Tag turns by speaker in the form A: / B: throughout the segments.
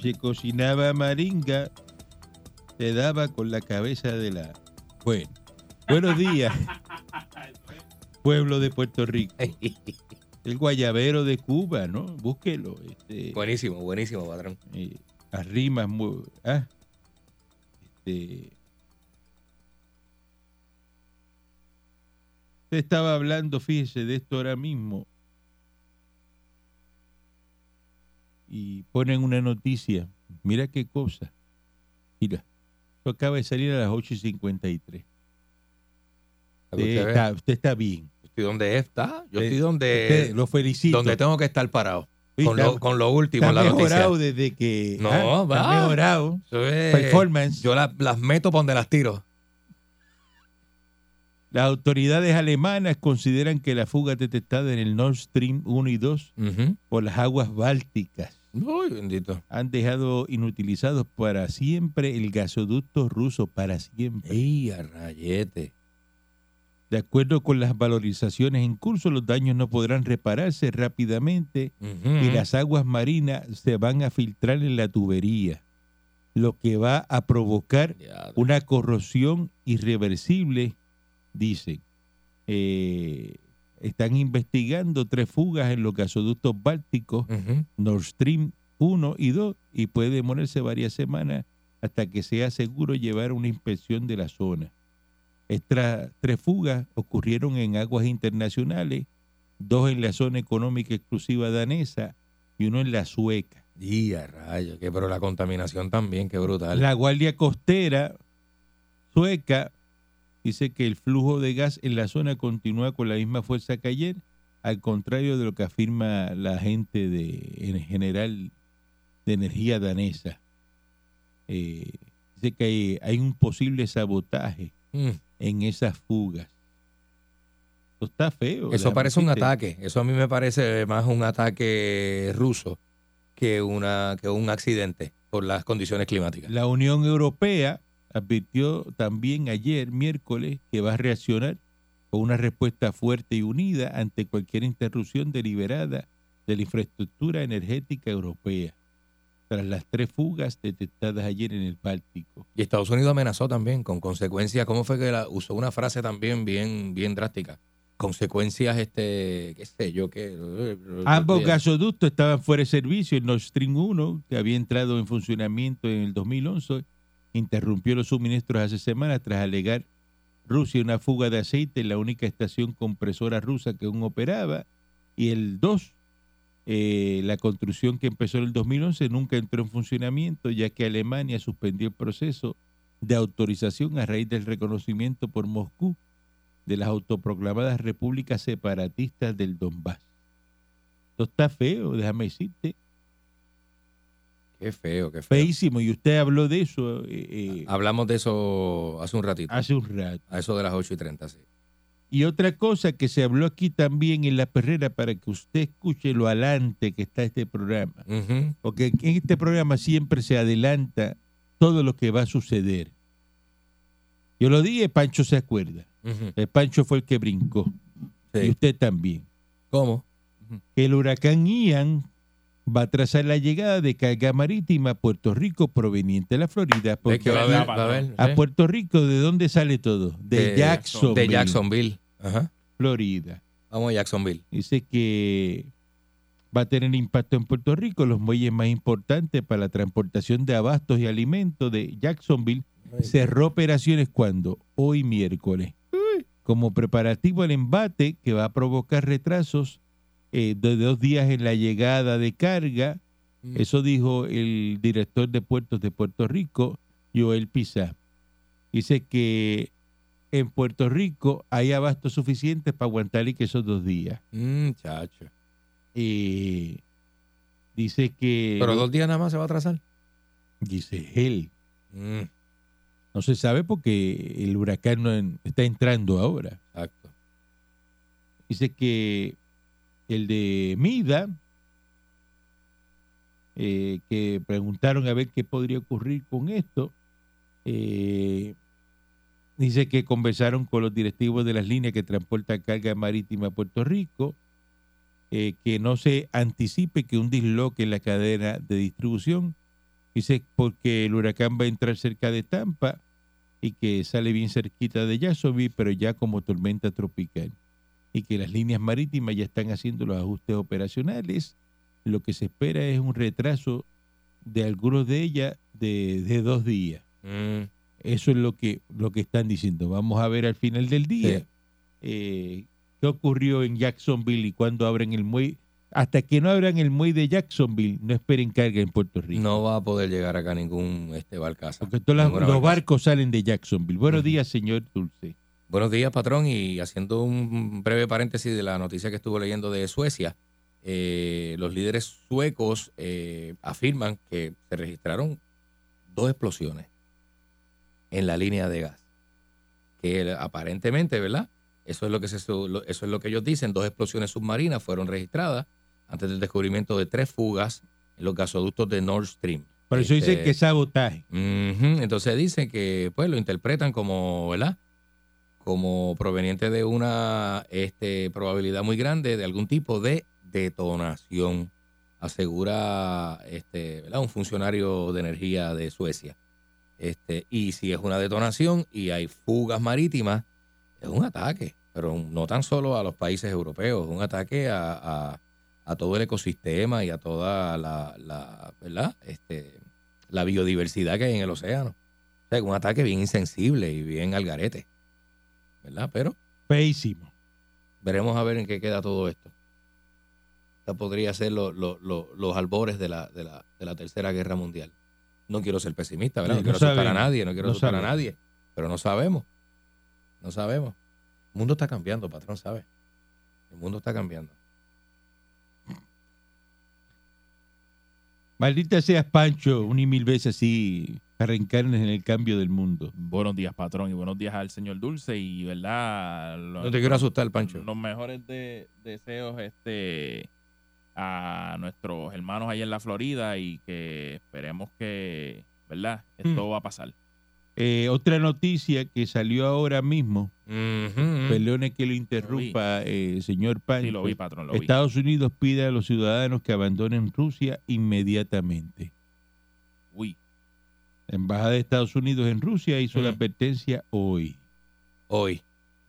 A: se cocinaba maringa, se daba con la cabeza de la... Bueno, buenos días, pueblo de Puerto Rico. El guayabero de Cuba, ¿no? Búsquelo. Este,
B: Buenísimo, buenísimo, patrón.
A: eh, las rimas muy... ah, este, Usted estaba hablando, fíjese, de esto ahora mismo. Y ponen una noticia. Mira qué cosa. Mira, esto acaba de salir a las 8 y 53.
B: Usted
A: Usted
B: ve,
A: está, usted está bien.
B: yo estoy donde está, yo
A: Eh,
B: estoy donde,
A: Usted, lo felicito.
B: donde tengo que estar parado.
A: Sí,
B: Con
A: está-
B: lo, con lo último
A: está
B: en la noticia.
A: mejorado desde que...
B: No,
A: ah,
B: va.
A: Está mejorado.
B: Eso es-
A: Performance.
B: Yo la- las meto por donde las tiro.
A: Las autoridades alemanas consideran que la fuga detectada en el Nord Stream 1 y 2
B: Ujú.
A: por las aguas bálticas
B: Uy, bendito.
A: han dejado inutilizados para siempre el gasoducto ruso, para siempre.
B: ¡Ey, a rayete!
A: De acuerdo con las valorizaciones en curso, los daños no podrán repararse rápidamente
B: Ujú.
A: y las aguas marinas se van a filtrar en la tubería, lo que va a provocar
B: Ya,
A: una corrosión irreversible, dicen. Eh, están investigando tres fugas en los gasoductos bálticos
B: ujú.
A: Nord Stream 1 y 2 y puede demorarse varias semanas hasta que sea seguro llevar una inspección de la zona. Estas tres fugas ocurrieron en aguas internacionales, dos en la zona económica exclusiva danesa y uno en la sueca.
B: Y a rayo, que, pero la contaminación también, qué brutal.
A: La Guardia Costera sueca dice que el flujo de gas en la zona continúa con la misma fuerza que ayer, al contrario de lo que afirma la gente de, en general de energía danesa. Eh, dice que hay, hay un posible sabotaje
B: Mm.
A: en esas fugas. Esto está feo.
B: Eso
A: déjame
B: parece un
A: decirte.
B: ataque. Eso a mí me parece más un ataque ruso que, una, que un accidente por las condiciones climáticas.
A: La Unión Europea advirtió también ayer, miércoles, que va a reaccionar con una respuesta fuerte y unida ante cualquier interrupción deliberada de la infraestructura energética europea, tras las tres fugas detectadas ayer en el Báltico.
B: Y Estados Unidos amenazó también con consecuencias. ¿Cómo fue que la, usó una frase también bien, bien drástica? Consecuencias, este, qué sé yo, que
A: Ambos gasoductos estaban fuera de servicio. El Nord Stream 1, que había entrado en funcionamiento en el 2011, interrumpió los suministros hace semanas tras alegar Rusia una fuga de aceite en la única estación compresora rusa que aún operaba. Y el 2, eh, la construcción que empezó en el 2011 nunca entró en funcionamiento, ya que Alemania suspendió el proceso de autorización a raíz del reconocimiento por Moscú de las autoproclamadas repúblicas separatistas del Donbass. Esto está feo, déjame decirte.
B: Qué feo, qué feo.
A: Feísimo. Y usted habló de eso eh, eh,
B: Hablamos de eso hace un ratito,
A: hace un rato.
B: a eso de las 8 y 30, sí.
A: Y otra cosa que se habló aquí también en la perrera para que usted escuche lo adelante que está este programa.
B: Ujú.
A: Porque en este programa siempre se adelanta todo lo que va a suceder. Yo lo dije, Pancho se acuerda.
B: Ujú.
A: Eh, Pancho fue el que brincó.
B: Sí.
A: Y usted también.
B: ¿Cómo?
A: que el huracán Ian va a trazar la llegada de carga marítima a Puerto Rico proveniente de la Florida.
B: Es
A: porque
B: que va a
A: aquí-
B: haber, va a haber,
A: a
B: sí.
A: Puerto Rico, ¿de dónde sale todo? Ah, De,
B: De-
A: Jackson,
B: de Jacksonville. Ajá.
A: Florida.
B: Vamos a Jacksonville.
A: Dice que va a tener impacto en Puerto Rico. Los muelles más importantes para la transportación de abastos y alimentos de Jacksonville cerró operaciones cuando hoy miércoles como preparativo al embate que va a provocar retrasos eh, de dos días en la llegada de carga
B: Mm.
A: eso dijo el director de puertos de Puerto Rico Joel Pizá dice que en Puerto Rico hay abasto suficiente para aguantar y que esos dos días
B: Mm, chacho.
A: eh, Dice que.
B: Pero dos días nada más se va a atrasar.
A: Dice él.
B: Mm,
A: No se sabe porque el huracán no en- está entrando ahora.
B: exacto.
A: Dice que el de Mida, eh, que preguntaron a ver qué podría ocurrir con esto, eh, dice que conversaron con los directivos de las líneas que transportan carga marítima a Puerto Rico, eh, que no se anticipe que un disloque en la cadena de distribución, dice porque el huracán va a entrar cerca de Tampa y que sale bien cerquita de Yasobi, pero ya como tormenta tropical y que las líneas marítimas ya están haciendo los ajustes operacionales. Lo que se espera es un retraso de algunos de ellas de, de dos días.
B: Mm,
A: Eso es lo que, lo que están diciendo. Vamos a ver al final del día
B: Sí.
A: eh, qué ocurrió en Jacksonville y cuándo abren el muelle. Hasta que no abran el muelle de Jacksonville, no esperen carga en Puerto Rico.
B: no va a poder llegar acá ningún este barcaza.
A: Porque todos los-
B: Ninguna
A: los
B: barcaza.
A: barcos salen de Jacksonville. Buenos
B: Ujú.
A: días, señor Dulce.
B: Buenos días, patrón. Y haciendo un breve paréntesis de la noticia que estuvo leyendo de Suecia, eh, los líderes suecos eh, afirman que se registraron dos explosiones en la línea de gas. Que eh, aparentemente, ¿verdad? Eso es lo que se su- lo- eso es lo que ellos dicen. Dos explosiones submarinas fueron registradas antes del descubrimiento de tres fugas en los gasoductos de Nord Stream.
A: Por eso
B: Este,
A: dicen que es sabotaje.
B: Ujú, Entonces dicen que pues lo interpretan como, ¿verdad? Como proveniente de una este, probabilidad muy grande de algún tipo de detonación, asegura este, ¿verdad? un funcionario de energía de Suecia. Este, y si es una detonación y hay fugas marítimas, es un ataque, pero no tan solo a los países europeos, es un ataque a, a- a todo el ecosistema y a toda la, la, ¿verdad? Este, la biodiversidad que hay en el océano. O sea, es un ataque bien insensible y bien al garete, ¿verdad? Pero
A: Feísimo.
B: veremos a ver en qué queda todo esto. Esta podría ser lo- lo- lo- los albores de la, de, la, de la Tercera Guerra Mundial. No quiero ser pesimista, ¿verdad?
A: Sí,
B: No, quiero
A: no
B: asustar a
A: sabemos,
B: nadie, no quiero
A: no
B: asustar a
A: sabemos.
B: nadie. Pero no sabemos. No sabemos. El mundo está cambiando, patrón, ¿sabes? El mundo está cambiando.
A: Maldita seas, Pancho, una y mil veces así reencarnes en el cambio del mundo.
C: Buenos días, patrón, y buenos días al señor Dulce. Y, ¿verdad? Lo-
B: No te quiero asustar, Pancho.
C: Los mejores de- deseos este, a nuestros hermanos allá en la Florida y que esperemos que, ¿verdad? Esto
B: Hmm.
C: va a pasar.
A: Eh, otra noticia que salió ahora mismo,
B: Ujú.
A: perdone que lo interrumpa, eh, señor Pancho.
C: Mm. Sí, lo
B: pues,
C: vi, patrón, lo vi.
A: Estados Unidos pide a los ciudadanos que abandonen Rusia inmediatamente.
C: Uy,
A: La Embajada de Estados Unidos en Rusia hizo
B: Mm.
A: la advertencia hoy.
B: Hoy.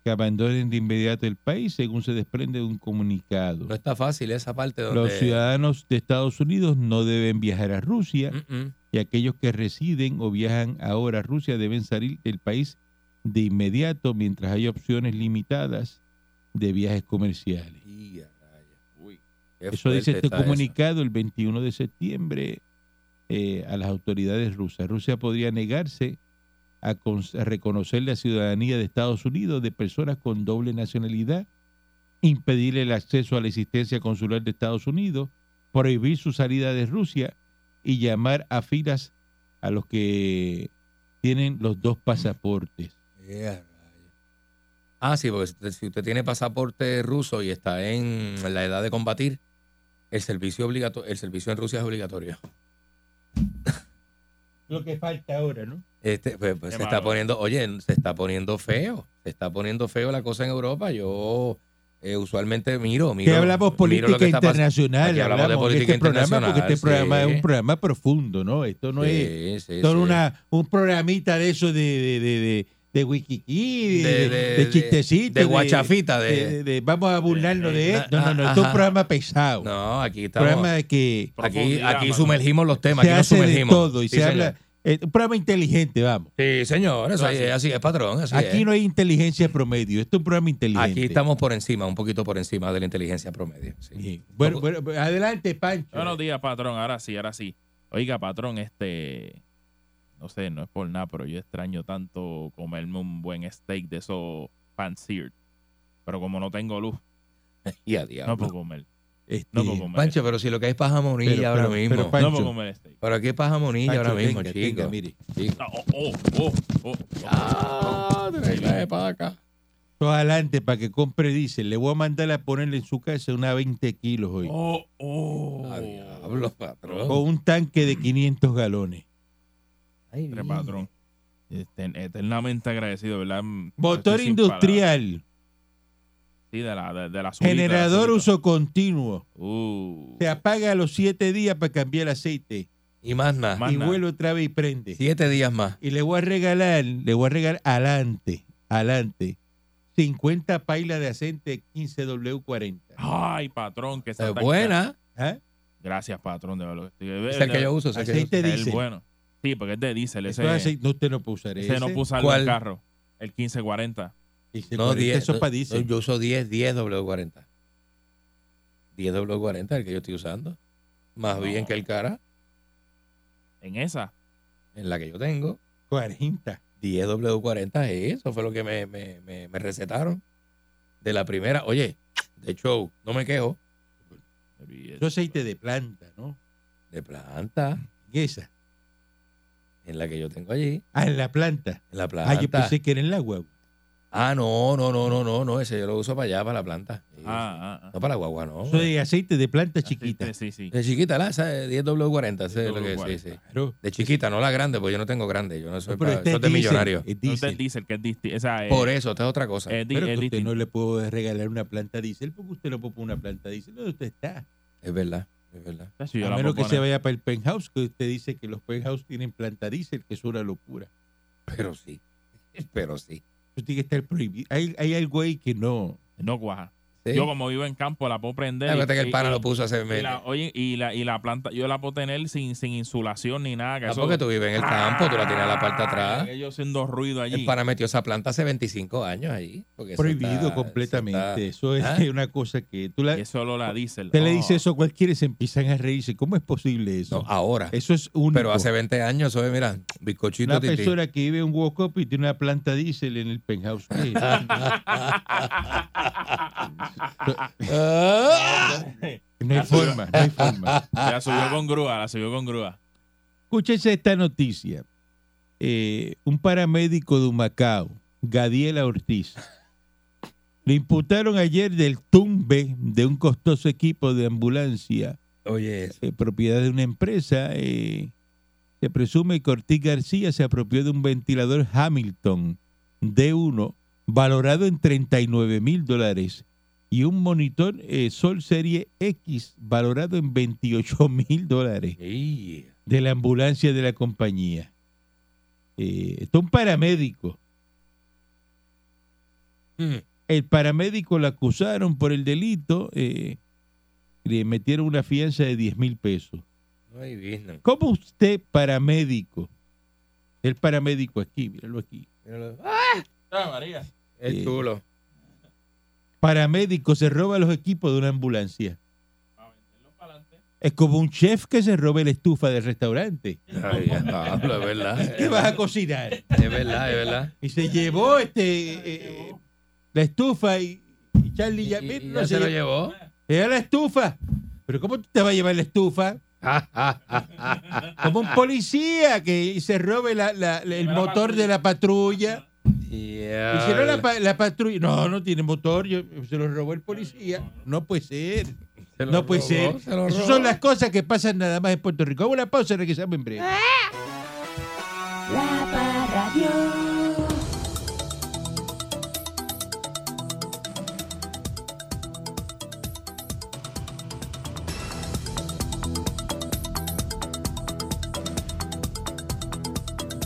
A: Que abandonen de inmediato el país, según se desprende de un comunicado.
B: No está fácil esa parte donde...
A: Los ciudadanos de Estados Unidos no deben viajar a Rusia.
B: Mm-mm.
A: y aquellos que residen o viajan ahora a Rusia deben salir del país de inmediato mientras hay opciones limitadas de viajes comerciales.
B: Y a rayos. Uy, qué
A: Eso dice
B: fuerte
A: este
B: está eso.
A: comunicado el 21 de septiembre eh, a las autoridades rusas. Rusia podría negarse a, cons- a reconocer la ciudadanía de Estados Unidos de personas con doble nacionalidad, impedir el acceso a la existencia consular de Estados Unidos, prohibir su salida de Rusia y llamar a filas a los que tienen los dos pasaportes.
B: Eh, a rayos. Ah, sí, porque si usted, si usted tiene pasaporte ruso y está en la edad de combatir, el servicio obligato- el servicio en Rusia es obligatorio.
A: Lo que falta ahora, ¿no?
B: Este, pues, pues,
C: Qué
B: se está
C: malo.
B: poniendo, oye, se está poniendo feo, se está poniendo feo la cosa en Europa. Yo eh, usualmente miro, miro.
A: que hablamos
B: miro
A: política
B: lo que está pas-
A: internacional,
B: Aquí hablamos
A: hablamos
B: de
A: en
B: política
A: este programa
B: internacional,
A: porque este programa
B: sí.
A: es un programa profundo, ¿no? Esto no es
B: Sí, sí,
A: solo
B: sí.
A: una un programita de eso de de de de, de Wikiki, de, de,
B: De- de-
A: de chistecitos,
B: de guachafita, de-
A: de- de- vamos a burlarnos de
B: de-
A: esto. No, no, no,
B: ajá.
A: esto es un programa pesado.
B: No, aquí estamos.
A: programa de que
B: Aquí,
C: Profundidad,
B: aquí
C: mano.
B: sumergimos los temas,
A: se
B: aquí nos
A: hace de
B: sumergimos.
A: todo y
B: Sí,
A: se
B: señor.
A: habla eh, un programa inteligente, vamos.
B: Sí, señor, eso
C: Eso es
B: es así, es patrón. Así
A: Aquí
B: es.
A: no hay inteligencia promedio, esto es un programa inteligente.
B: Aquí estamos por encima, un poquito por encima de la inteligencia promedio. sí.
A: Bien. Bueno, bueno, adelante, Pancho.
C: buenos días, patrón. Ahora sí, ahora sí. Oiga, patrón, este. No sé, no es por nada, pero yo extraño tanto comerme un buen steak de esos pan seared. Pero como no tengo luz,
B: Y a
C: no pues,
B: diablo.
C: puedo comer.
A: Este,
C: No puedo comer.
B: Pancho, pero si lo que hay es paja monilla
A: Pero-
B: ahora
A: pero-
B: mismo.
A: pero,
C: No
A: Pancho.
C: puedo comer este. steak.
B: Pero aquí es paja monilla
A: Pancho,
B: ahora mismo,
A: tenga,
B: chico.
A: tenga, mire.
B: Chico.
C: Ah, Oh, oh, oh, oh, oh.
B: Ah, te la para acá.
A: Todo adelante para que compre dice Le voy a mandar a ponerle en su casa una 20 kilos hoy.
C: Oh, oh.
B: Ah, diablo, patrón.
A: Con un tanque de 500
C: Ah,
A: galones.
B: Ay,
C: Tres, patrón. Este, eternamente agradecido, ¿verdad? Mm, Estoy
A: Motor
C: sin
A: industrial,
C: palabras. Sí, de la, de, de la azulita,
A: generador
C: la azulita.
A: uso continuo.
C: Uh.
A: Se apaga a los 7 días para cambiar el aceite.
B: Y más nada.
C: Más
A: y
C: nada.
A: vuelve otra vez y prende.
B: Siete días más.
A: Y le voy a regalar, le voy a regalar adelante, adelante, 50 pailas de aceite 15W40.
C: Ay, patrón, que
B: Es
C: Santa-
B: buena.
A: ¿Ah,
C: Gracias, patrón, de verdad. Estoy-
B: Es el que yo uso. es el que yo
A: Aceite
B: uso.
A: de-
C: El
A: Diésel.
C: bueno. Sí, porque es de diésel. Ese,
A: Esto es aceite- no, usted no puede usar
C: ese
A: ese.
C: no puso algo
B: ¿Cuál?
C: en el carro. El 1540.
B: No, 10.
A: Eso es para
B: no,
A: diésel.
B: Yo uso 10, 10 W40. 10 W40 el que yo estoy usando. Más
C: No.
B: bien que el cara
C: En esa.
B: en la que yo tengo.
A: 40.
B: 10 W40 es eso, fue lo que me, me- me- me recetaron. De la primera, oye, de show, no me quejo.
A: Eso es aceite de planta, ¿no?
B: De planta,
A: Esa.
B: en la que yo tengo allí.
A: Ah, en la planta.
B: En la planta.
A: Ah, yo pensé que era en el agua.
B: Ah, no, no, no, no, no, no, ese yo lo uso para allá, para la planta. Sí,
C: Ah, ah, ah.
B: No para la guagua, no.
A: Eso de aceite de planta chiquita.
C: Aceite, Sí, sí.
B: Oh. De chiquita, la, esa de 10 W40, ese es lo que sí,
C: 10W40.
B: sí.
A: Claro.
B: De chiquita, no la grande, porque yo no tengo grande, yo no soy
A: No, pero
B: para-
A: este
B: eso
A: es Eh,
B: es de
A: diésel,
B: millonario.
A: es
C: No, este es
A: diésel.
C: diésel, que es distinto. Esa es.
B: Por eso, esta es otra cosa.
C: es di-
A: Pero que
C: es
A: usted
C: distinto.
A: no le puede regalar una planta diésel porque usted no puede poner una planta diésel donde usted está.
B: Es verdad, es verdad.
C: Esa Pues sí, yo
A: A
C: la
A: menos que
C: puedo
A: se
C: poner.
A: vaya para el penthouse, que usted dice que los penthouse tienen planta diésel, que es una locura.
B: Pero sí, pero sí.
A: Eso tiene que estar prohibido. Hay, hay algo ahí que no.
C: No cuaja.
B: Sí. Ah,
C: Yo, como vivo en campo, la puedo prender. y-
B: Acuérdate que el
C: y-
B: pana
C: y-
B: lo puso hace
C: y
B: meses.
C: la, oye, y la, y la planta, yo la puedo tener sin, sin insulación ni nada. Que
B: Ah,
C: eso-
B: porque tú vives en el campo, tú la tienes en la
C: Ah,
B: parte de atrás.
C: Yo haciendo ruido allí.
B: El pana metió esa planta hace 25 años ahí. porque eso
A: prohibido
B: está-
A: completamente.
B: eso
A: Eso,
B: ¿Ah?
A: es una cosa que tú la,
C: Y eso lo la diésel.
A: usted le
C: Oh.
A: dice eso a cualquiera y se empiezan a reírse. ¿Cómo es posible
B: está-
A: eso?
B: no, ahora.
A: eso es único.
B: Pero hace 20 años, eso es, mira, bizcochito
A: una
B: tití.
A: persona que vive en un walk-up y tiene una planta diésel en el penthouse. ¿qué es?
B: Ah,
A: No hay forma, no hay forma.
C: La subió con grúa, la subió con grúa.
A: Escúchense esta noticia. Eh, un paramédico de Humacao, Gadiela Ortiz, le imputaron ayer del tumbe de un costoso equipo de ambulancia
B: Oye, eso.
A: eh, propiedad de una empresa. eh, se presume que Ortiz García se apropió de un ventilador Hamilton D1 valorado en 39 mil dólares y un monitor eh, Sol Serie X valorado en 28 mil dólares
B: Ey,
A: de la ambulancia de la compañía. Eh, esto es un paramédico.
B: mm,
A: El paramédico lo acusaron por el delito. eh, le metieron una fianza de 10 mil pesos.
B: no hay business.
A: ¿Cómo usted, paramédico? El paramédico aquí, míralo aquí.
B: Míralo. Ah, es
A: Sí.
B: chulo.
A: Paramédico se roba los equipos de una ambulancia. Es como un chef que se roba la estufa del restaurante.
B: Ay, Pablo, es verdad.
A: ¿Qué vas a cocinar?
B: Es verdad, es verdad.
A: Y se llevó este eh, la estufa y, y Charlie ya,
B: Y-
A: mira,
B: y
A: no
B: ya
A: se
B: se lo
A: lle-
B: llevó.
A: era la estufa. Pero ¿cómo tú te vas a llevar la estufa? ah. Como un policía que se robe la- la- la- el motor de la patrulla. Hicieron la,
B: Diablo.
A: pa- la patrulla. No, no tiene motor. yo- se lo robó el policía. No puede ser.
B: Se lo
A: No puede
B: robó,
A: ser.
B: se lo
A: Esas
B: robó.
A: son las cosas que pasan nada más en Puerto Rico. Hago una pausa y regresamos en breve.
D: La Parradio.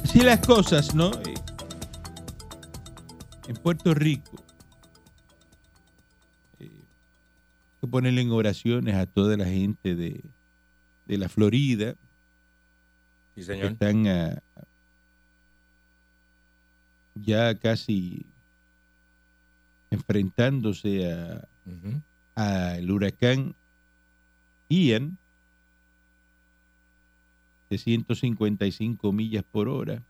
A: Así las cosas, ¿no? Eh, En Puerto Rico. eh, hay que ponerle en oraciones a toda la gente de, de la Florida
B: Sí,
A: que
B: señor.
A: están a- ya casi enfrentándose a
B: Ujú.
A: al huracán Ian de 155 millas por hora.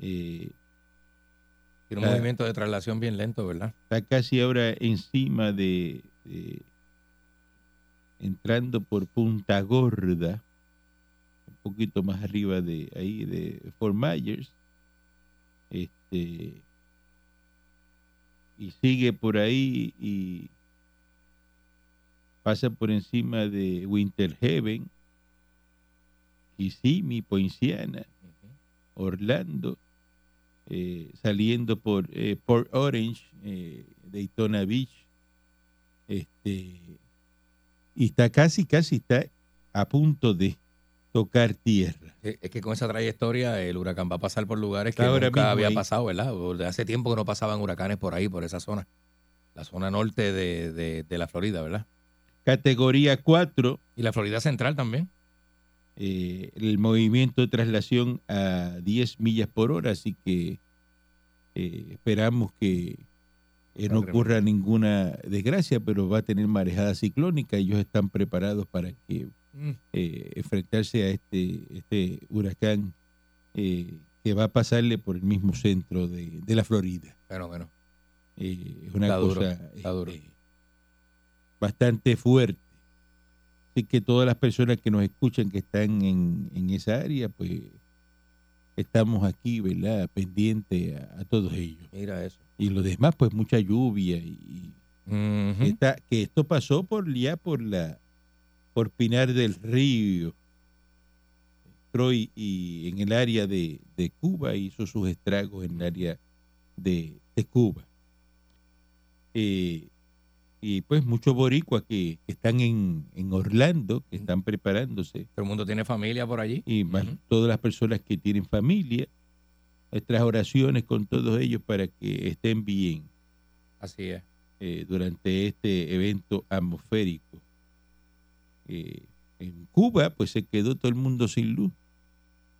A: Eh,
B: Tiene un
A: Ah.
B: movimiento de traslación bien lento, ¿verdad?
A: está casi ahora encima de, de- entrando por Punta Gorda, un poquito más arriba de ahí, de Fort Myers. Este, y sigue por ahí y pasa por encima de Winter Heaven, Kissimmee, Poinciana, Orlando, eh, saliendo por eh, Port Orange, eh, Daytona Beach, este, y está casi, casi está a punto de tocar tierra.
B: Eh, Es que con esa trayectoria el huracán va a pasar por lugares que
A: Está ahora
B: nunca
A: mismo
B: había
A: ahí.
B: pasado, ¿verdad? O de Hace tiempo que no pasaban huracanes por ahí, por esa zona. La zona norte de, de- de la Florida, ¿verdad?
A: Categoría 4,
B: Y la Florida central también.
A: eh, el movimiento de traslación a 10 millas por hora, así que eh, esperamos que eh, no
B: Padre
A: ocurra ninguna desgracia, pero va a tener marejada ciclónica. Ellos están preparados para que eh, enfrentarse a este, este huracán eh, que va a pasarle por el mismo centro de, de la Florida.
B: Bueno, bueno.
A: Eh, es una
B: Está duro,
A: cosa este,
B: está duro.
A: bastante fuerte. Así que todas las personas que nos escuchan que están en, en esa área, pues estamos aquí, ¿verdad? Pendiente a, a todos ellos.
B: Mira eso.
A: Y lo demás, pues mucha lluvia y,
B: Ujú.
A: que está- que esto pasó por ya por la por Pinar del Río, Troy y en el área de, de Cuba hizo sus estragos en el área de, de Cuba. Eh, y pues muchos boricuas que, que están en, en Orlando, que están preparándose,
B: Todo el mundo tiene familia por allí.
A: y más
B: Ujú.
A: todas las personas que tienen familia, nuestras oraciones con todos ellos para que estén bien
B: Así es.
A: eh, durante este evento atmosférico. Eh, en Cuba, pues se quedó todo el mundo sin luz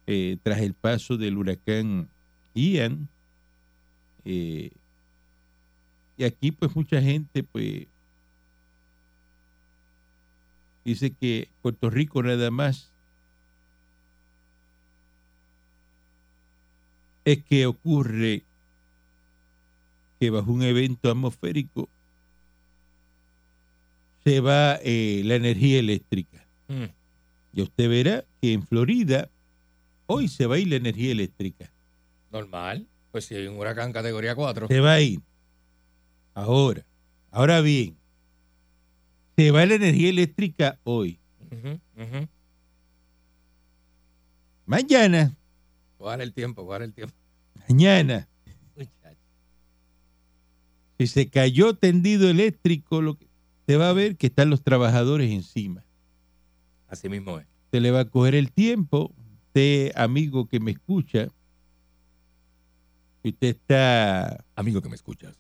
A: eh, tras el paso del huracán Ian. Eh, y aquí, pues mucha gente, pues, dice que Puerto Rico nada más es que ocurre que bajo un evento atmosférico se va eh, la energía eléctrica.
B: Mm.
A: Y usted verá que en Florida hoy se va a ir la energía eléctrica.
B: Normal. Pues si hay un huracán categoría 4.
A: Se va a ir. Ahora. Ahora bien. Se va la energía eléctrica hoy.
B: Ujú, ujú.
A: Mañana.
B: Guarda el tiempo, guarda el tiempo.
A: Mañana.
B: Muchacho.
A: Si se cayó tendido eléctrico, lo que, se va a ver que están los trabajadores encima.
B: Así mismo es.
A: Usted le va a coger el tiempo, usted, amigo que me escucha, si usted está
B: Amigo que me escuchas.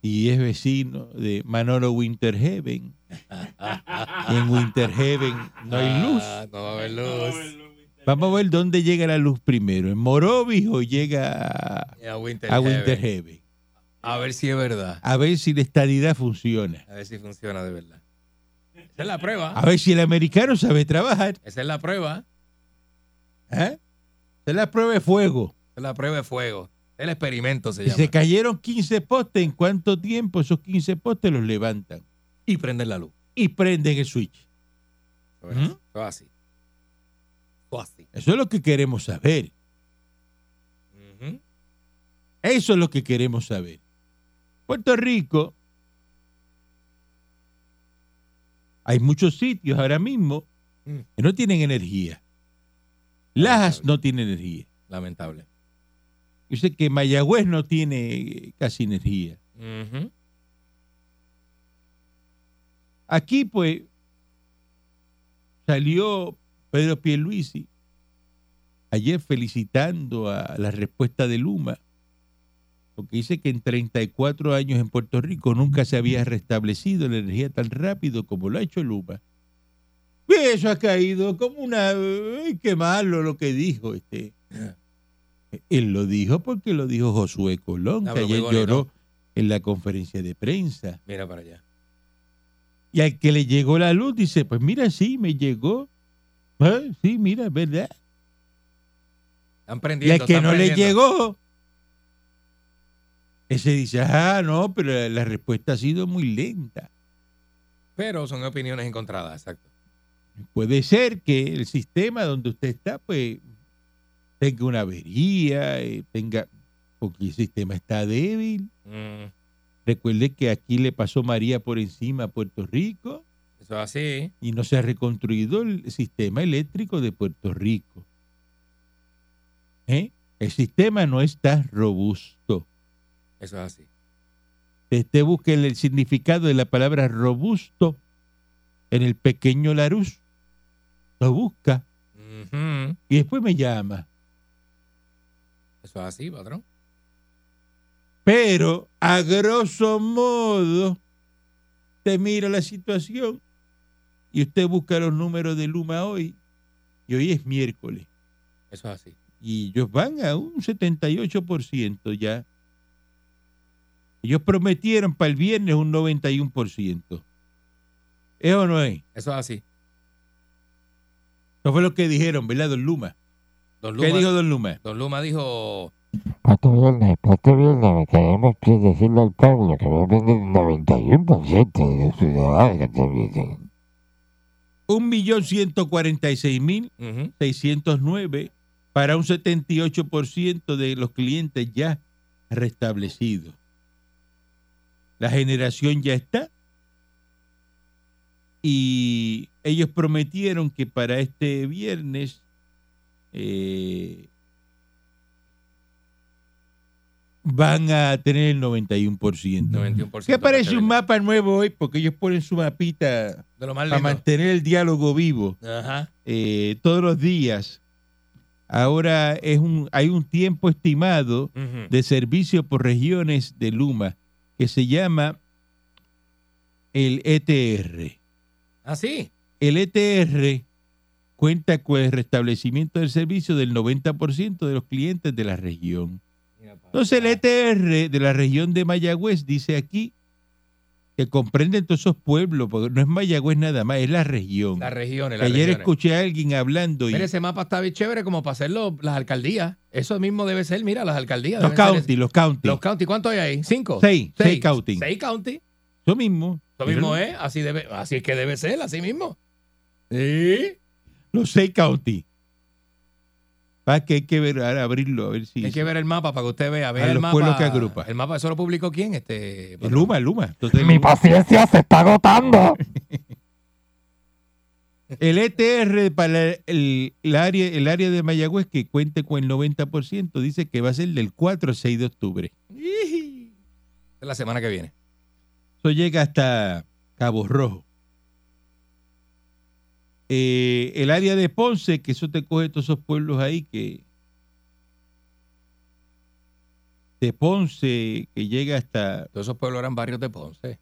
A: y es vecino de Manolo Winter Heaven, y en Winter Heaven no hay luz.
B: Ah, No va a haber luz.
A: Vamos a ver dónde llega la luz primero, en Morovis o llega a,
B: Y A Winter,
A: a
B: Heaven.
A: Winter Heaven.
B: A ver si es verdad.
A: A ver si la estadidad funciona.
B: A ver si funciona de verdad. Esa es la prueba.
A: A ver si el americano sabe trabajar.
B: Esa es la prueba.
A: ¿eh? Esa es la prueba de fuego.
B: Esa es la prueba de fuego. El experimento se
A: Si
B: llama.
A: se cayeron 15 postes, ¿en cuánto tiempo esos 15 postes los levantan?
B: Y prender la luz.
A: y prenden el switch.
B: Eso es
A: Ujú.
B: así. Eso es así. Eso es así.
A: Eso es lo que queremos saber.
B: Ujú.
A: Eso es lo que queremos saber. Puerto Rico, hay muchos sitios ahora mismo
B: Mm.
A: que no tienen energía. Lajas no tiene energía.
B: Lamentable.
A: Yo sé que Mayagüez no tiene eh, casi energía.
B: Ujú.
A: Aquí, pues, salió Pedro Pierluisi ayer felicitando a la respuesta de Luma, porque dice que en 34 años en Puerto Rico nunca se había restablecido la energía tan rápido como lo ha hecho Luma. Y Eso ha caído como una... ¡Ay, qué malo lo que dijo este! Él lo dijo porque lo dijo Josué Colón,
B: Ah,
A: que
B: pero muy
A: ayer
B: bonito.
A: lloró en la conferencia de prensa.
B: Mira para allá.
A: Y al que le llegó la luz dice, pues mira, sí, me llegó. Ah, Sí, mira, es verdad.
B: Están
A: Y
B: prendiendo.
A: al que
B: están
A: no le
B: prendiendo.
A: llegó, ese dice, ah, no, pero la respuesta ha sido muy lenta.
B: Pero son opiniones encontradas, exacto.
A: Puede ser que el sistema donde usted está, pues, tenga una avería, eh, tenga, porque el sistema está débil.
B: Mm,
A: Recuerde que aquí le pasó María por encima a Puerto Rico
B: eso es así.
A: y no se ha reconstruido el sistema eléctrico de Puerto Rico. ¿Eh? El sistema no está robusto.
B: Eso es así.
A: Usted busque el significado de la palabra robusto en el pequeño Larús. Lo busca
B: Ujú,
A: y después me llama.
B: Eso es así, patrón.
A: Pero a grosso modo, te mira la situación y usted busca los números de Luma hoy. Y hoy es miércoles.
B: Eso es así.
A: Y ellos van a un 78% ya. Ellos prometieron para el viernes un 91%. ¿Eso no es?
B: Eso es así.
A: Eso fue lo que dijeron, ¿verdad, don Luma?
B: Don
A: ¿Qué
B: Luma,
A: dijo don Luma?
B: don Luma dijo
E: Para este viernes, para este viernes tenemos que decirle al pueblo que va a tener el 91% de los ciudadanos que te vienen.
A: 1.146.000
B: ujú,
A: 609 para un 78% de los clientes ya restablecidos. La generación ya está y ellos prometieron que para este viernes eh, van a tener el 91%.
B: 91%.
A: ¿Qué parece
B: para
A: un
B: este
A: mapa nuevo hoy? Porque ellos ponen su mapita
B: De lo más
A: para
B: lindo.
A: mantener el diálogo vivo
B: Ajá.
A: eh, todos los días. Ahora es un, hay un tiempo estimado
B: ujú.
A: de servicio por regiones de Luma que se llama el ETR.
B: Ah, sí.
A: El ETR cuenta con el restablecimiento del servicio del 90% de los clientes de la región. Entonces el ETR de la región de Mayagüez dice aquí que comprenden todos esos pueblos, porque no es Mayagüez nada más, es la región.
B: Las regiones,
A: Que
B: las
A: Ayer
B: regiones.
A: escuché a alguien hablando y
B: Mira, ese mapa está bien chévere como para hacerlo las alcaldías. Eso mismo debe ser, mira, las alcaldías.
A: Los
B: deben ser
A: county,
B: ese-
A: los county.
B: Los county, ¿cuánto hay ahí? ¿Cinco?
A: Seis, seis county.
B: Seis county.
A: Lo mismo.
B: Lo mismo es, así debe, así es que debe ser, así mismo. Sí.
A: Los seis county. Para que hay que ver, ahora abrirlo, a ver si.
B: Hay que ver el mapa para que usted vea. Vea
A: A
B: el
A: los
B: mapa.
A: pueblos que agrupa.
B: El mapa, ¿eso lo publicó quién? Este, patrón?
A: Luma, Luma. Entonces,
E: Mi paciencia se está agotando.
A: el ETR para el, el área, el área de Mayagüez que cuente con el 90% dice que va a ser del 4 al 6 de octubre.
B: Es la semana que viene.
A: Eso llega hasta Cabo Rojo. Eh, el área de Ponce, que eso te coge todos esos pueblos ahí que. De Ponce, que llega hasta
B: Todos esos pueblos eran barrios de Ponce.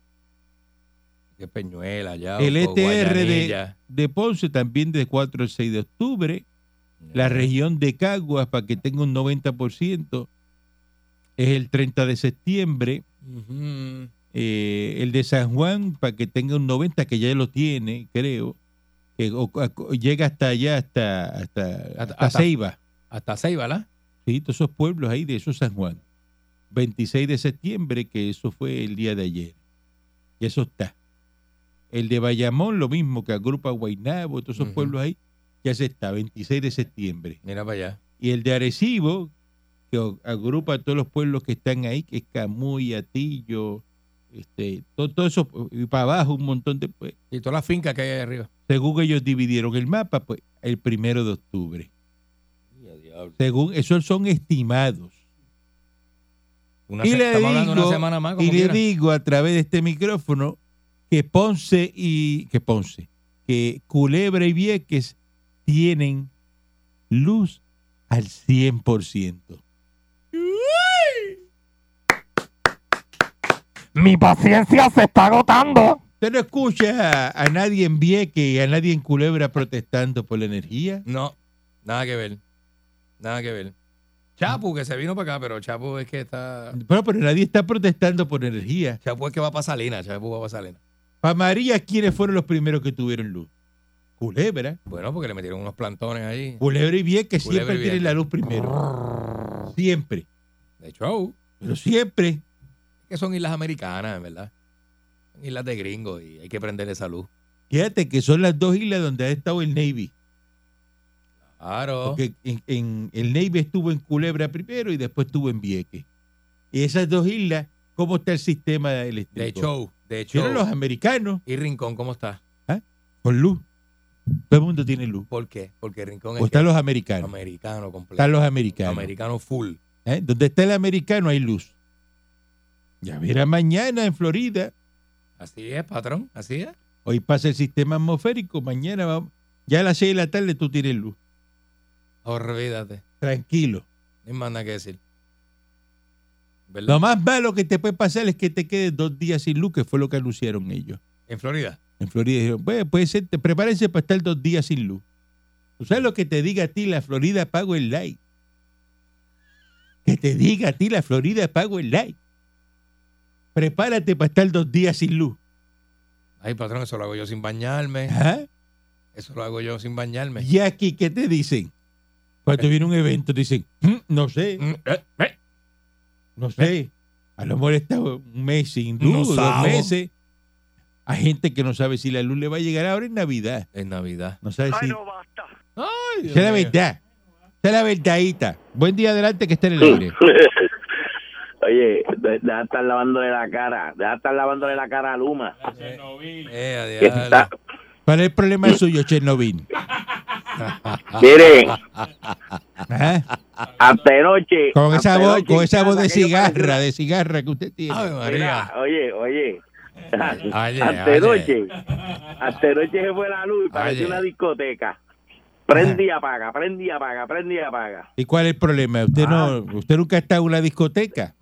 B: Que Peñuela, ya.
A: El ETR de- de Ponce, también de 4 al 6 de octubre. La región de Caguas, para que tenga un 90%, es el 30 de septiembre.
B: Ujú.
A: Eh, el de San Juan, para que tenga un 90%, que ya lo tiene, creo. que o- o- llega hasta allá, hasta, hasta, hasta
B: hasta-
A: Ceiba.
B: Hasta seis, ¿verdad?
A: Sí, todos esos pueblos ahí de esos San Juan. 26 de septiembre, que eso fue el día de ayer. Y eso está. El de Bayamón, lo mismo, que agrupa Guaynabo, todos esos
B: Ujú.
A: pueblos ahí, ya se está, 26 de septiembre.
B: Mira para allá.
A: Y el de Arecibo, que o- agrupa a todos los pueblos que están ahí, que es Camuy, Atillo, este, todo, todo eso, y para abajo un montón de... pues,
B: Y todas las fincas que hay ahí arriba.
A: según ellos dividieron el mapa, pues el primero de octubre. Según, esos son estimados.
B: Una
A: Y
B: se-
A: le
B: estamos hablando de
A: digo-
B: una semana más. Ah, Como
A: Y le
B: quiera.
A: digo a través de este micrófono que Ponce y que Ponce, que Culebra y Vieques tienen luz al 100%.
E: Mi paciencia se está agotando.
A: Usted no escucha a, a nadie en Vieques y a nadie en Culebra protestando por la energía.
B: No, nada que ver. Nada que ver. Chapu, que se vino para acá, pero Chapu es que está.
A: Bueno, pero nadie está protestando por energía.
B: Chapu es que va para Salina, Chapu va para Salina.
A: Para María, ¿quiénes fueron los primeros que tuvieron luz? Culebra.
B: Bueno, porque le metieron unos plantones ahí.
A: Culebra y Vieques
B: Culebra y
A: siempre tienen
B: Vieques.
A: la luz primero. Siempre.
B: De show.
A: Pero siempre.
B: Que son islas americanas, en verdad. islas de gringo y hay que prender esa luz.
A: Fíjate que son las dos islas donde ha estado el Navy.
B: Claro.
A: Porque en, en- el Navy estuvo en Culebra primero y después estuvo en Vieques. Y esas dos islas, ¿cómo está el sistema eléctrico?
B: de show, de show.
A: Vieron los americanos
B: ¿Y Rincón cómo está?
A: con luz. Todo el mundo tiene luz.
B: ¿Por qué? Porque Rincón
A: O
B: es
A: están
B: que-
A: los americanos.
B: americano completo.
A: Están los americanos.
B: Americano full.
A: ¿eh? Donde está el americano hay luz. Ya verá mañana en Florida.
B: Así es, patrón, así es.
A: Hoy pasa el sistema atmosférico. Mañana vamos. Ya a las 6 de la tarde tú tienes luz.
B: Olvídate,
A: Tranquilo.
B: no hay más nada que decir. ¿Verdad?
A: Lo más malo que te puede pasar es que te quedes dos días sin luz, que fue lo que anunciaron ellos.
B: En Florida.
A: En Florida dijeron, pues, puede ser, te- prepárense para estar dos días sin luz. ¿Tú sabes lo que te diga a ti la Florida pago el light? Que te diga a ti la Florida pago el light. Prepárate para estar dos días sin luz.
B: Ay, patrón, eso lo hago yo sin bañarme.
A: Ajá.
B: Eso lo hago yo sin bañarme.
A: Y aquí, ¿qué te dicen? Cuando viene un evento, te dicen, "Mm, no sé,
B: Mm, eh, eh.
A: no sé. A lo mejor está un mes sin luz,
B: No
A: dos
B: sabo.
A: meses. Hay gente que no sabe si la luz le va a llegar ahora en Navidad.
B: Es Navidad.
A: No sabe si.
B: Ay, Dios
A: Esa es la
B: mío.
A: verdad. Esa es la verdadita. Buen día adelante que está en el aire.
F: Oye, de- deja de estar lavándole la cara, deja de estar lavándole la cara a Luma.
B: Eh, a
F: Que
B: diablo.
F: está,
A: ¿Cuál es el problema suyo, Chernobyl?
F: mire,
A: Ajá.
F: hasta noche.
A: ¿Ah? Con esa voz, con esa voz de cigarra, de cigarra que usted
B: Ave
A: tiene.
B: María.
F: oye,
B: Oye,
F: oye.
B: oye.
F: Hasta noche, hasta noche se fue la luz y parece
B: Oye.
F: una discoteca. Prende y apaga, prende y apaga, prende y apaga.
A: ¿Y cuál es el problema? Usted
F: Ah.
A: no, usted nunca ha estado en una discoteca.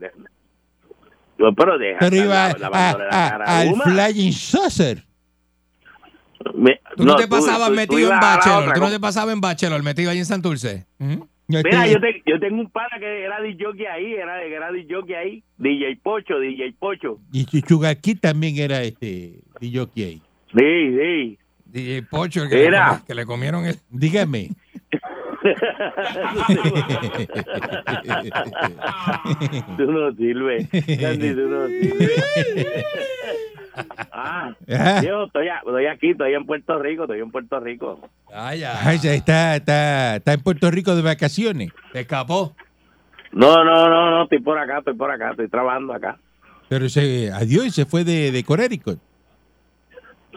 F: No, pero deja de
A: Pero iba
F: estar lav- lavándole
A: a-
F: la
A: a-
F: cara a
A: al
F: Luma.
A: Flying Saucer.
F: Me-
B: Tú no, te pasabas
F: tú- tú
B: metido en
F: ibas a la
B: Bachelor.
F: otra,
B: Tú no
F: como-
B: te pasabas en Bachelor, metido allí en Santurce.
A: No, este-
F: Mira, yo, te- yo tengo un pana que era DJ ahí, era, era DJ ahí, DJ Pocho, DJ Pocho.
A: Y Chuchugaquí también era este DJ ahí.
F: Sí, sí.
B: DJ Pocho, el que, le
F: Era.
B: comi- que le comieron el.
A: Dígame.
F: tú no sirves, Candy, tú no sirves. ah,
A: Ah,
F: yo estoy, a- estoy aquí, estoy en Puerto Rico, estoy en Puerto Rico.
B: Ay,
A: ay, ya está, está, está en Puerto Rico de vacaciones.
B: Te escapó.
F: No, no, no, no, estoy por acá, estoy por acá, estoy trabajando acá.
A: Pero se adiós y se fue de, de Conérico.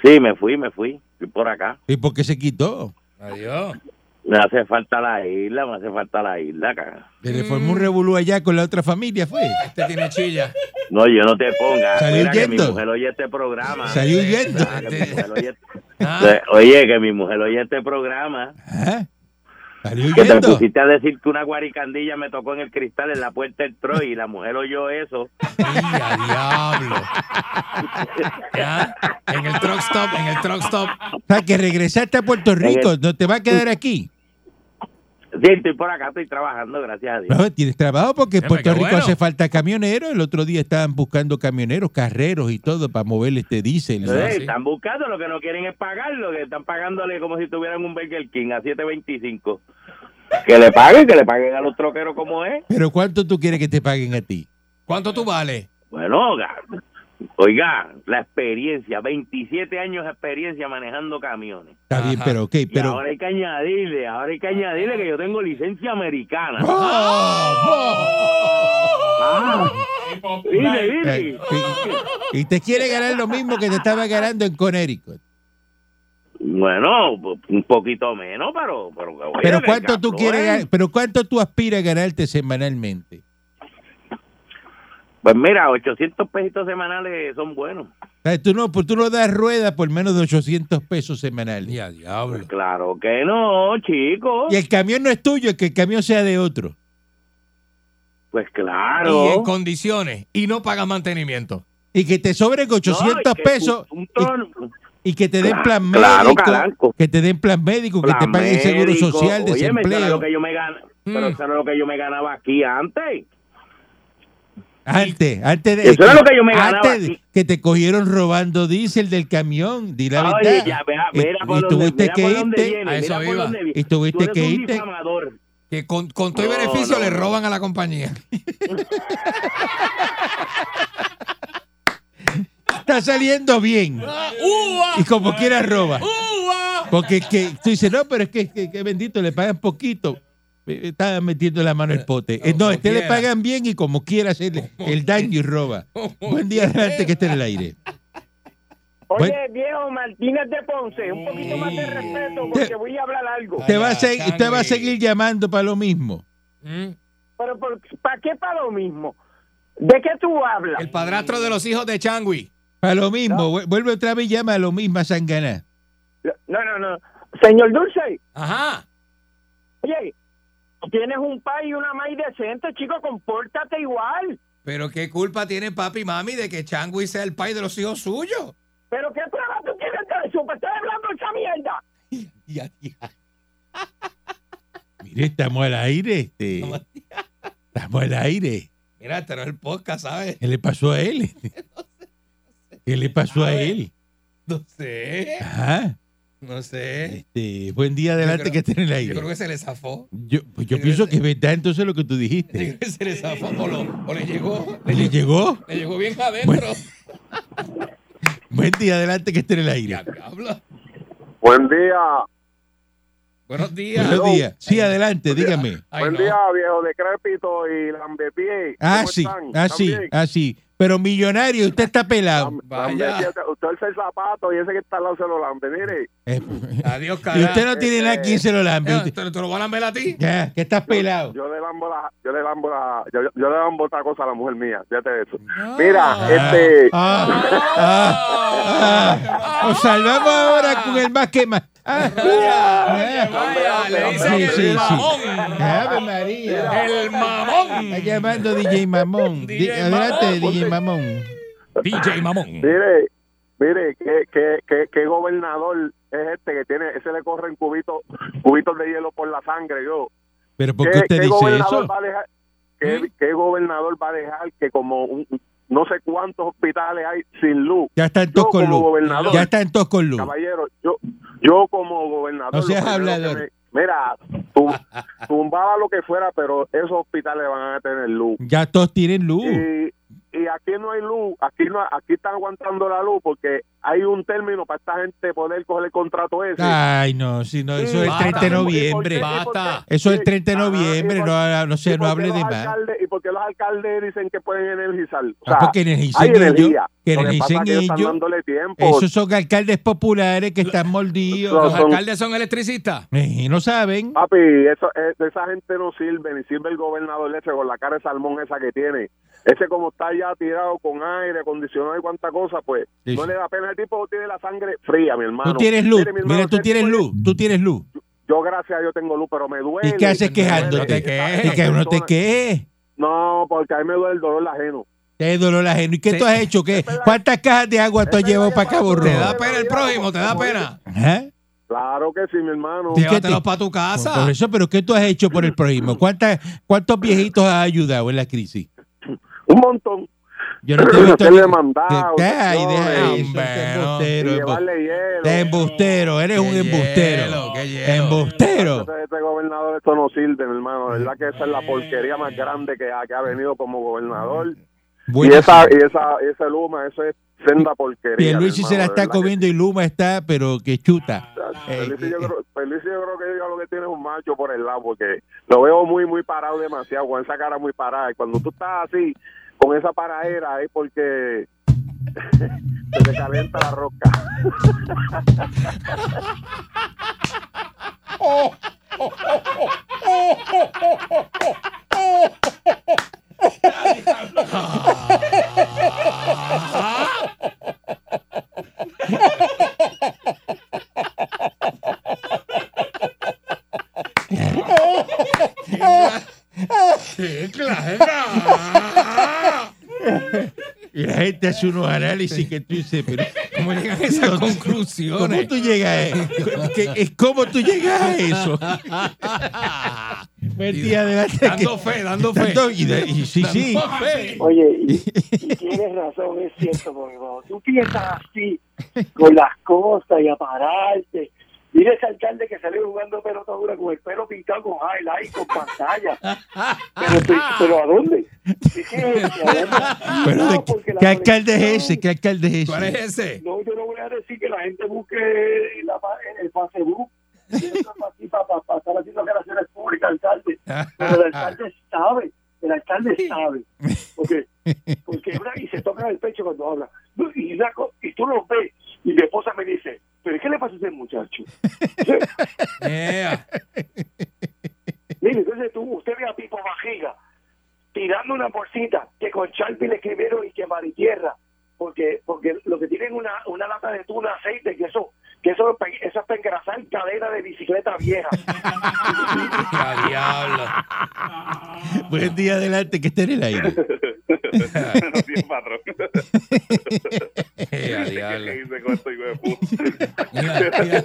F: Sí, me fui, me fui, estoy por acá.
A: ¿Y por qué se quitó?
B: Adiós.
F: Me hace falta la isla, me hace falta la isla, acá.
A: Se le formó
B: Mm.
A: un revolú allá con la otra familia, fue.
B: Este tiene chilla.
F: No, yo no te pongas.
A: Salió
F: Mira que mi
A: huyendo.
F: mujer oye este programa.
A: Salió huyendo.
F: Ah, que mi mujer oye-
B: Ah,
F: Oye, que mi mujer oye este programa.
A: Ajá. ¿Ah? Salió
F: Que te
A: huyendo.
F: pusiste a decir que una guaricandilla me tocó en el cristal en la puerta del Troy y la mujer oyó eso.
B: ya, diablo. Ah, En el truck stop, en el truck stop.
A: O sea, que regresaste a Puerto Rico. ¿No te va a quedar aquí?
F: Sí, estoy por acá, estoy trabajando, gracias a Dios.
A: No, tienes trabajo porque en
B: Jefe,
A: Puerto
B: qué
A: Rico
B: bueno.
A: hace falta camioneros. El otro día estaban buscando camioneros, carreros y todo para mover este diésel.
F: Sí,
A: ¿no?
B: sí.
F: Están buscando, lo que no quieren es pagarlo, que están pagándole como si tuvieran un Burger King a 7.25. Que le paguen, que le paguen a los troqueros como es.
A: Pero ¿cuánto tú quieres que te paguen a ti?
B: ¿Cuánto tú vales?
F: Bueno, oiga, oiga, la experiencia, 27 años de experiencia manejando camiones.
A: Está
B: Ajá.
A: bien, pero ok,
F: Y
A: pero...
F: ahora hay que añadirle, ahora hay que añadirle que yo tengo licencia americana.
A: ¡Oh!
F: Ah, dile, dile.
A: Eh, y, y te quiere ganar lo mismo que te estaba ganando en Connecticut.
F: Bueno, un poquito menos, pero... Pero, oye, ¿eh?
A: Pero
F: que
A: cuánto tú
F: cabrón.
A: quieres, gan- pero cuánto tú aspiras a ganarte semanalmente.
F: Pues mira, 800 pesitos semanales son buenos.
A: O sea, Tú no, pues tú no das rueda por menos de 800 pesos semanales.
B: Ya, diablo.
F: Claro que no, chicos.
A: Y el camión no es tuyo, que el camión sea de otro.
F: Pues
B: Y en
F: claro.
B: condiciones. Y no pagas mantenimiento.
A: Y que te sobren
F: No,
A: 800
F: y que
A: pesos
F: Un, un
A: y-
F: tono.
A: y, que te den
F: Cla-
A: plan
F: claro,
A: médico,
F: calanco.
A: que te den plan médico, que te
F: Plan
A: paguen seguro
F: médico.
A: social,
F: Oye, me suena
A: desempleo.
F: lo que yo me gana- Pero
B: Mm.
F: eso era lo que yo me ganaba aquí antes.
A: Antes, antes de
F: Eso era lo que yo me
A: antes
F: ganaba
A: de-
F: aquí.
A: que te cogieron robando diésel del camión, di la
F: Oye,
A: verdad.
F: ya, vea,
A: Y-
F: mira por
A: y
F: dónde-
A: tuviste
F: mira
A: que
F: por dónde
A: irte,
F: viene,
B: A eso
F: mira por
B: iba.
F: dónde viene.
A: y tuviste
F: Tú eres
A: que
F: un
A: irte.
F: difamador.
B: Que con, con todo y
F: No,
B: beneficio
F: no,
B: le
F: no.
B: roban a la compañía.
A: está saliendo bien. Y como quiera roba. Porque es que tú dices, no, pero es que, que- que bendito, le pagan poquito. Eh, Está metiendo la mano en el pote. Eh, No, a este le
B: quiera.
A: pagan bien y como quiera hacer el daño y roba. Buen día, adelante que esté en el aire.
G: Oye,
A: Bueno.
G: viejo Martínez de Ponce, un poquito más de respeto porque
A: Te-
G: voy a hablar algo.
A: Usted va a,
B: Vaya,
A: seguir, usted va a
B: sangre.
A: seguir llamando para lo mismo.
B: Mm.
G: Pero ¿para qué para lo mismo? ¿De qué tú hablas?
B: El padrastro de los hijos de Changui.
A: Para lo mismo. Vu- Vuelve otra vez y llama a lo mismo a Sanganá.
G: No, no, no. Señor Dulce,
B: Ajá.
G: oye, tienes un país y una maíz decente, chico, compórtate igual.
B: Pero qué culpa tiene papi y mami de que Changui sea el país de los hijos suyos.
G: ¿Pero qué prueba tú tienes de eso? ¿Por qué estás hablando esa mierda?
B: Ya, ya.
A: Mire, estamos al aire. Este. Estamos al aire.
B: Mira, este no es el podcast, ¿sabes?
A: ¿Qué le pasó a él? ¿Qué le pasó a él?
B: No sé.
A: Ajá.
B: No sé.
A: Este, buen día, adelante
B: creo-
A: que esté en el
B: Yo creo
A: aire.
B: que se le zafó.
A: Yo, pues yo
B: yo
A: pienso
B: creo-
A: que es verdad entonces lo que tú
B: Yo
A: dijiste.
B: creo que se le zafó. O, lo- o le llegó. Le,
A: ¿Le
B: llegó-
A: llegó?
B: le llegó bien adentro.
A: Buen día, adelante que esté en el
B: Ya,
A: aire.
B: diablo.
F: Buen día,
B: Buenos días.
A: Buenos días. Sí, adelante, dígame.
B: Ay,
F: buen
B: no.
F: día, viejo decrépito y lambepié.
A: Ah,
F: ¿Cómo
A: sí,
F: están?
A: ah, sí,
F: ¿Están bien?
A: ah, sí. Pero millonario, usted está pelado.
B: Vaya.
F: Lambepié, Usted usa el zapato y ese que está al lado se lo lambe. Mire,
A: Eh,
B: Adiós,
A: Y
B: carajo.
A: usted no tiene nada quien se lo
B: Eh,
A: lambe.
B: ¿Te, te lo van a ver a ti?
A: Ya, que estás pelado.
F: yo le lambo la, yo le lambo la, yo, yo- yo le lambo otra cosa a la mujer mía. Fíjate de eso. Mira, este,
A: Ah, ah, ah. Nos salvamos ahora con el más que más. Ah, ah.
B: Vaya, le dicen
A: Sí,
B: el
A: sí, sí.
B: mamón.
A: Ave María.
B: El mamón.
A: Está llamando DJ Mamón. Di-
B: DJ
A: Adelante,
B: Mamón.
A: DJ Mamón.
B: DJ Mamón.
F: mire, mire, qué, qué, qué, qué gobernador es este que tiene, ese le corren cubitos, cubitos de hielo por la sangre, yo.
A: Pero ¿por qué usted dice eso?
F: gobernador
A: ¿Eh?
F: va a dejar, qué- qué gobernador va a dejar que como un- no sé cuántos hospitales hay sin luz?
A: Ya está en
F: Yo
A: todos con
F: como
A: luz.
F: gobernador,
A: Ya está en todos con luz.
F: caballero, yo, yo como gobernador...
A: No
F: lo
A: seas
F: primero que
A: hablador.
F: me- mira, tu- tumbaba lo que fuera, pero esos hospitales van a tener luz.
A: Ya todos tienen luz.
F: Y, y aquí no hay luz, aquí no aquí están aguantando la luz porque hay un término para esta gente poder coger el contrato ese.
A: Ay, no, si no, eso es el
B: Basta.
A: 30 de
F: ¿Y por qué-
A: noviembre.
F: y por qué-
B: Basta.
A: Eso es el 30 de
F: Ajá,
A: noviembre,
F: y por-
A: no, no
F: ¿Y
A: sé, no
F: por qué
A: hable
F: los
A: de más.
F: alcaldes- ¿Y porque los alcaldes dicen que pueden energizar? O
A: Ah, porque
F: hay
A: energicen ellos,
F: energía.
A: que
F: Lo que pasa es
A: energicen
F: que ellos están
A: ellos.
F: dándole tiempo.
A: Esos son alcaldes populares que están
F: Lo-
A: mordidos
B: Los
F: son-
B: alcaldes son electricistas.
A: Eh, y no saben.
F: Papi, eso, eh, esa gente no sirve, ni sirve el gobernador ese con la cara de salmón esa que tiene. Ese como está ya tirado con aire acondicionado y cuánta cosa, pues
A: Sí,
F: no
A: sí.
F: le da pena. El tipo tiene la sangre fría, mi hermano.
A: Tú tienes luz.
F: mi hermano,
A: Mira, tú
F: ese
A: tienes
F: tipo-
A: luz. Tú tienes luz.
F: Yo gracias a Dios tengo luz, pero me duele.
A: ¿Y qué haces
B: No te
A: quejándote?
B: quejes.
A: Y que no te
F: Persona-
A: quejes.
F: No, porque a mí me duele el dolor ajeno.
A: Te es dolor ajeno. ¿Y qué
B: Te-
A: tú has hecho? ¿Qué? ¿Cuántas cajas de agua tú has
F: Es
A: llevado
F: verdad
A: para
F: que
A: Cabo
F: tú-
B: Te
A: Rojo?
B: da pena el prójimo, te da pena.
A: Ajá.
F: Claro que sí, mi hermano.
A: Sí.
B: Llévatelos para tu casa.
A: Por eso, pero ¿qué tú has hecho por el prójimo? ¿Cuántas, ¿Cuántos viejitos has ayudado en la crisis?
F: Un montón.
A: Yo
F: Hacerle
A: ni-
F: mandado,
A: Te- Ay, deja
F: señores,
A: eso,
B: hombre,
A: este
B: no.
A: embustero, embu-
F: y llevarle hielo.
A: Este embustero, eres un
B: Qué
A: embustero.
B: hielo, qué hielo.
A: Embustero.
F: Entonces, este gobernador esto no sirve, mi hermano. De verdad que esa es la porquería más grande que ha, que ha venido como gobernador.
A: Bueno,
F: y esa, y esa, ese Luma, eso es senda porquería. mi
A: Pierluisi se la
F: hermano, de
A: está
F: verdad que-
A: comiendo y Luma está, pero que chuta.
F: Pierluisi yo, creo, Pierluisi yo creo que diga lo que tiene es un macho por el lado, porque lo veo muy, muy parado demasiado, con esa cara muy parada. Y cuando tú estás así, con esa paradera, es porque se te calienta la roca.
A: Y la gente hace unos análisis que tú dices, pero
B: ¿Cómo llegan a esas
A: ¿cómo
B: conclusiones?
A: tú llegas a eso? ¿Qué- es ¿Cómo tú llegas a eso? Buen día, adelante.
B: Dando fe, dando fe.
A: Dando- y de- y sí, sí.
B: Dando fe.
G: Oye, y, y tienes razón, es cierto, porque cuando tú piensas así, con las cosas y a pararte, y
H: Mire ese alcalde que salió jugando pelota dura con el pelo pintado con highlight, con pantalla. Pero, tú- pero ¿a dónde? ¿Y qué es ese? ¿A dónde?
A: Pero
H: No,
A: de-
H: porque la
A: ¿Qué alcalde es
H: colección-
A: ese? ¿Qué alcalde es
B: ¿Cuál es
A: ese?
B: ese?
H: No, yo no voy a decir que la gente busque la, fa- el Facebook. Para, para, para estar haciendo relaciones públicas, alcalde. Pero el alcalde sabe, el alcalde sabe. Porque, porque ¿verdad? y se toca el pecho cuando habla. No, Y, la co- y tú lo ves. Y mi esposa me dice, ¿pero qué le pasa a ese muchacho?
B: Yeah.
H: Mire, entonces tú, usted ve a Pipo Bajiga tirando una bolsita que con Charpi le escribieron y que Maritierra, porque porque lo que tienen una, una lata de tuna, aceite, que eso que eso, es pa- eso es para engrasar cadena de bicicleta vieja.
B: ¡Ah, diablo!
A: Buen día adelante, que esté en el aire.
I: Buenos días, patrón.
B: ¡Eh, a diablo!
I: ¿Qué hice con esto, hijo de puta?
B: Mira, mira,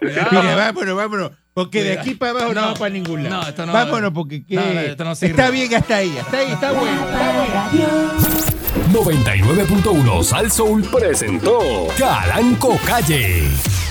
B: mira.
A: Mire, vámonos, vámonos. Porque de
B: Mira.
A: aquí para abajo no,
B: No, pues,
A: va para ningún lado.
B: no, esto no-
A: vámonos porque ¿qué?
B: No, no, esto no sirve.
A: está bien hasta ahí, hasta ahí, está bueno.
D: Radio.
J: 99.1 Sal Soul presentó Calanco Calle.